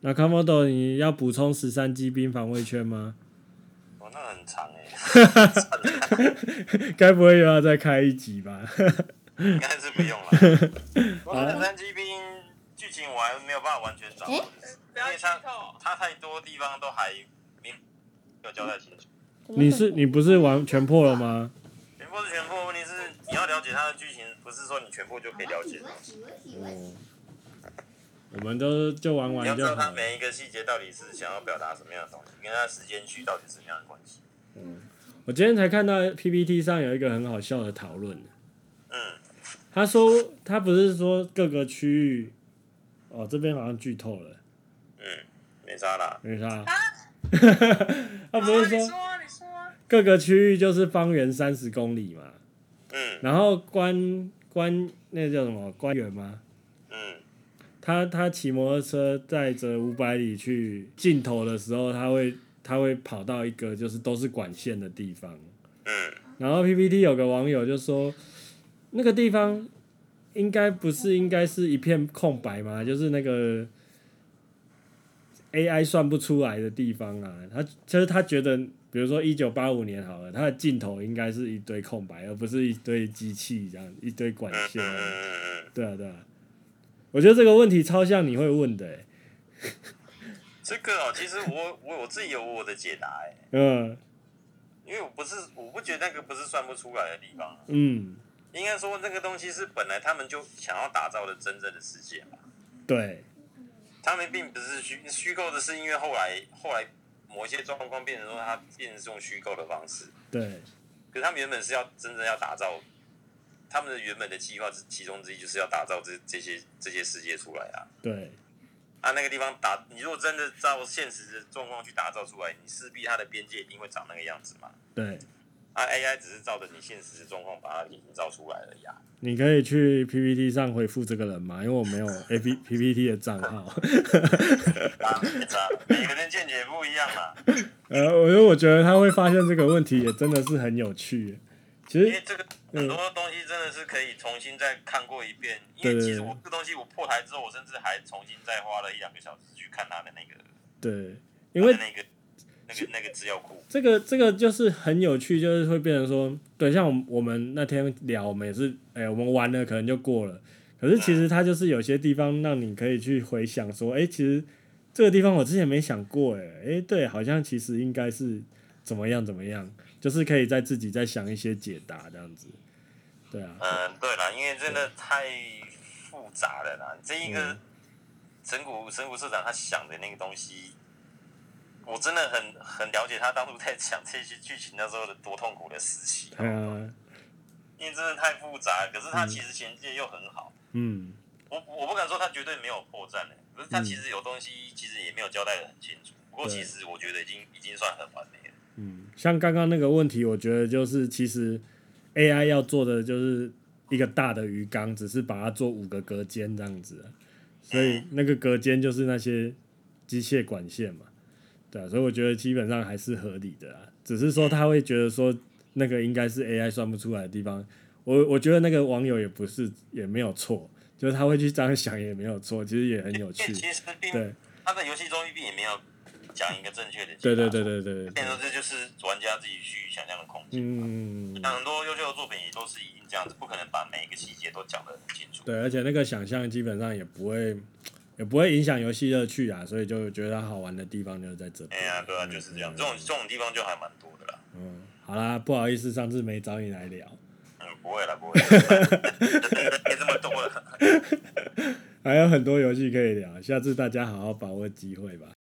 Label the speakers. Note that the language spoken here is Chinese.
Speaker 1: 那卡莫豆，你要补充十三机兵防卫圈吗？
Speaker 2: 哦，那很长欸 哎、
Speaker 1: 该不会又要再开一集 吧？
Speaker 2: 应该是不用了。我觉得《三机兵》剧情我还没有办法完全掌握，
Speaker 3: 不要剧透，
Speaker 2: 它太多地方都还没有交代清楚。
Speaker 4: 怎么
Speaker 1: 你
Speaker 4: 可
Speaker 1: 是
Speaker 4: 能
Speaker 1: 你不是完全破了吗？
Speaker 2: 全破是全破，问题是你要了解它的剧情，不是说你全破就可以了解。
Speaker 1: 哦，我们都就玩
Speaker 2: 你要
Speaker 1: 玩
Speaker 2: 知
Speaker 1: 就
Speaker 2: 道它
Speaker 1: 好。
Speaker 2: 每一个细节到底是想要表达什么样的东西，跟它的时间序到底是什么样的关系。
Speaker 1: 我今天才看到 PPT 上有一个很好笑的讨论，
Speaker 2: 嗯，
Speaker 1: 他说他不是说各个区域，哦，这边好像剧透了，
Speaker 2: 嗯没啥啦。
Speaker 1: 没啥。 他不是
Speaker 3: 啊你
Speaker 1: 说
Speaker 3: 说，你啊说，
Speaker 1: 各个区域就是方圆三十公里嘛，
Speaker 2: 嗯
Speaker 1: 然后官官那叫什么官员吗？
Speaker 2: 嗯
Speaker 1: 他他骑摩托车载着五百里去尽头的时候，他会他会跑到一个就是都是管线的地方，
Speaker 2: 嗯，
Speaker 1: 然后 PPT 有个网友就说，那个地方应该不是应该是一片空白吗？就是那个 AI 算不出来的地方啊。他就是他觉得，比如说一九八五年好了，它的尽头应该是一堆空白，而不是一堆机器这样一堆管
Speaker 2: 嗯嗯
Speaker 1: 线啊、
Speaker 2: 嗯嗯，
Speaker 1: 对啊，对啊。我觉得这个问题超像你会问的、欸，
Speaker 2: 这个哦，其实我我我自己有我的解答哎、
Speaker 1: 嗯
Speaker 2: 因为我不是我不觉得那个不是算不出来的地方啊、
Speaker 1: 嗯，
Speaker 2: 应该说那个东西是本来他们就想要打造的真正的世界嘛。
Speaker 1: 对，
Speaker 2: 他们并不是虚虚构的，是因为后来后来某一些状况变成说它变成是用虚构的方式，
Speaker 1: 对，
Speaker 2: 可是他们原本是要真正要打造。他们的原本的计划之其中之一就是要打造这这些这些世界出来啊！
Speaker 1: 对，
Speaker 2: 啊，那个地方打，你如果真的照现实的状况去打造出来，你势必它的边界一定会长那个样子嘛。
Speaker 1: 对。
Speaker 2: 啊，AI 只是照着你现实的状况把它营造出来而已啊。
Speaker 1: 你可以去 PPT 上回复这个人吗？因为我没有 A P P P T 的账号。
Speaker 2: 啊，没差每个人见解不一样 嘛。
Speaker 1: 呃，我因为我觉得他会发现这个问题也真的是很有趣。其
Speaker 2: 因
Speaker 1: 实
Speaker 2: 为这个很多东西真的是可以重新再看过一遍，因
Speaker 1: 对
Speaker 2: 为
Speaker 1: 对
Speaker 2: 其实
Speaker 1: 对
Speaker 2: 我这个东西我破台之后，我甚至还重新再花了一两个小时去看它的那个，
Speaker 1: 对，因为
Speaker 2: 它的那个那个那个资料库，
Speaker 1: 这个这个就是很有趣，就是会变成说，对，像我们我们那天聊，我们也是，哎、我们玩了可能就过了，可是其实它就是有些地方让你可以去回想说，哎、其实这个地方我之前没想过、哎，哎，对，好像其实应该是怎么样怎么样，就是可以在自己再想一些解答这样子，对啊，
Speaker 2: 嗯，对啦，因为真的太复杂了啦。这一个
Speaker 1: 嗯
Speaker 2: 神谷神谷社长他想的那个东西，我真的很很了解他当初在讲这些剧情那时候的多痛苦的时期，
Speaker 1: 对啊，
Speaker 2: 因为真的太复杂了。可是他其实衔接又很好。
Speaker 1: 嗯，
Speaker 2: 我我不敢说他绝对没有破绽的、可是他其实有东西其实也没有交代的很清楚。不过
Speaker 1: 对
Speaker 2: 其实我觉得已经已经算很完美了。
Speaker 1: 嗯，像刚刚那个问题，我觉得就是其实 AI 要做的就是一个大的鱼缸，只是把它做五个隔间这样子啊，所以那个隔间就是那些机械管线嘛，对啊，所以我觉得基本上还是合理的啊，只是说他会觉得说那个应该是 AI 算不出来的地方，我我觉得那个网友也不是也没有错，就是他会去这样想也没有错，其实也很有
Speaker 2: 因为
Speaker 1: 趣，
Speaker 2: 其实并
Speaker 1: 对
Speaker 2: 他在游戏中并也没有讲一个正确的解
Speaker 1: 对
Speaker 2: 答
Speaker 1: 对对。对对对
Speaker 2: 变，成这就是玩家自己去想象的空间。
Speaker 1: 嗯。
Speaker 2: 像很多优秀的作品也都是已经这样子，不可能把每一个细节都讲得很清楚。
Speaker 1: 对，而且那个想象基本上也不会，也不会影响游戏乐趣啊，所以就觉得它好玩的地方就是在这
Speaker 2: 哎
Speaker 1: 边。
Speaker 2: 呀，对啊，就是这样。这种这种地方就还蛮多的啦。
Speaker 1: 嗯，好啦，不好意思，上次没找你来聊。
Speaker 2: 嗯，不会啦，不会啦， 没这么多了。
Speaker 1: 还有很多游戏可以聊，下次大家好好把握机会吧。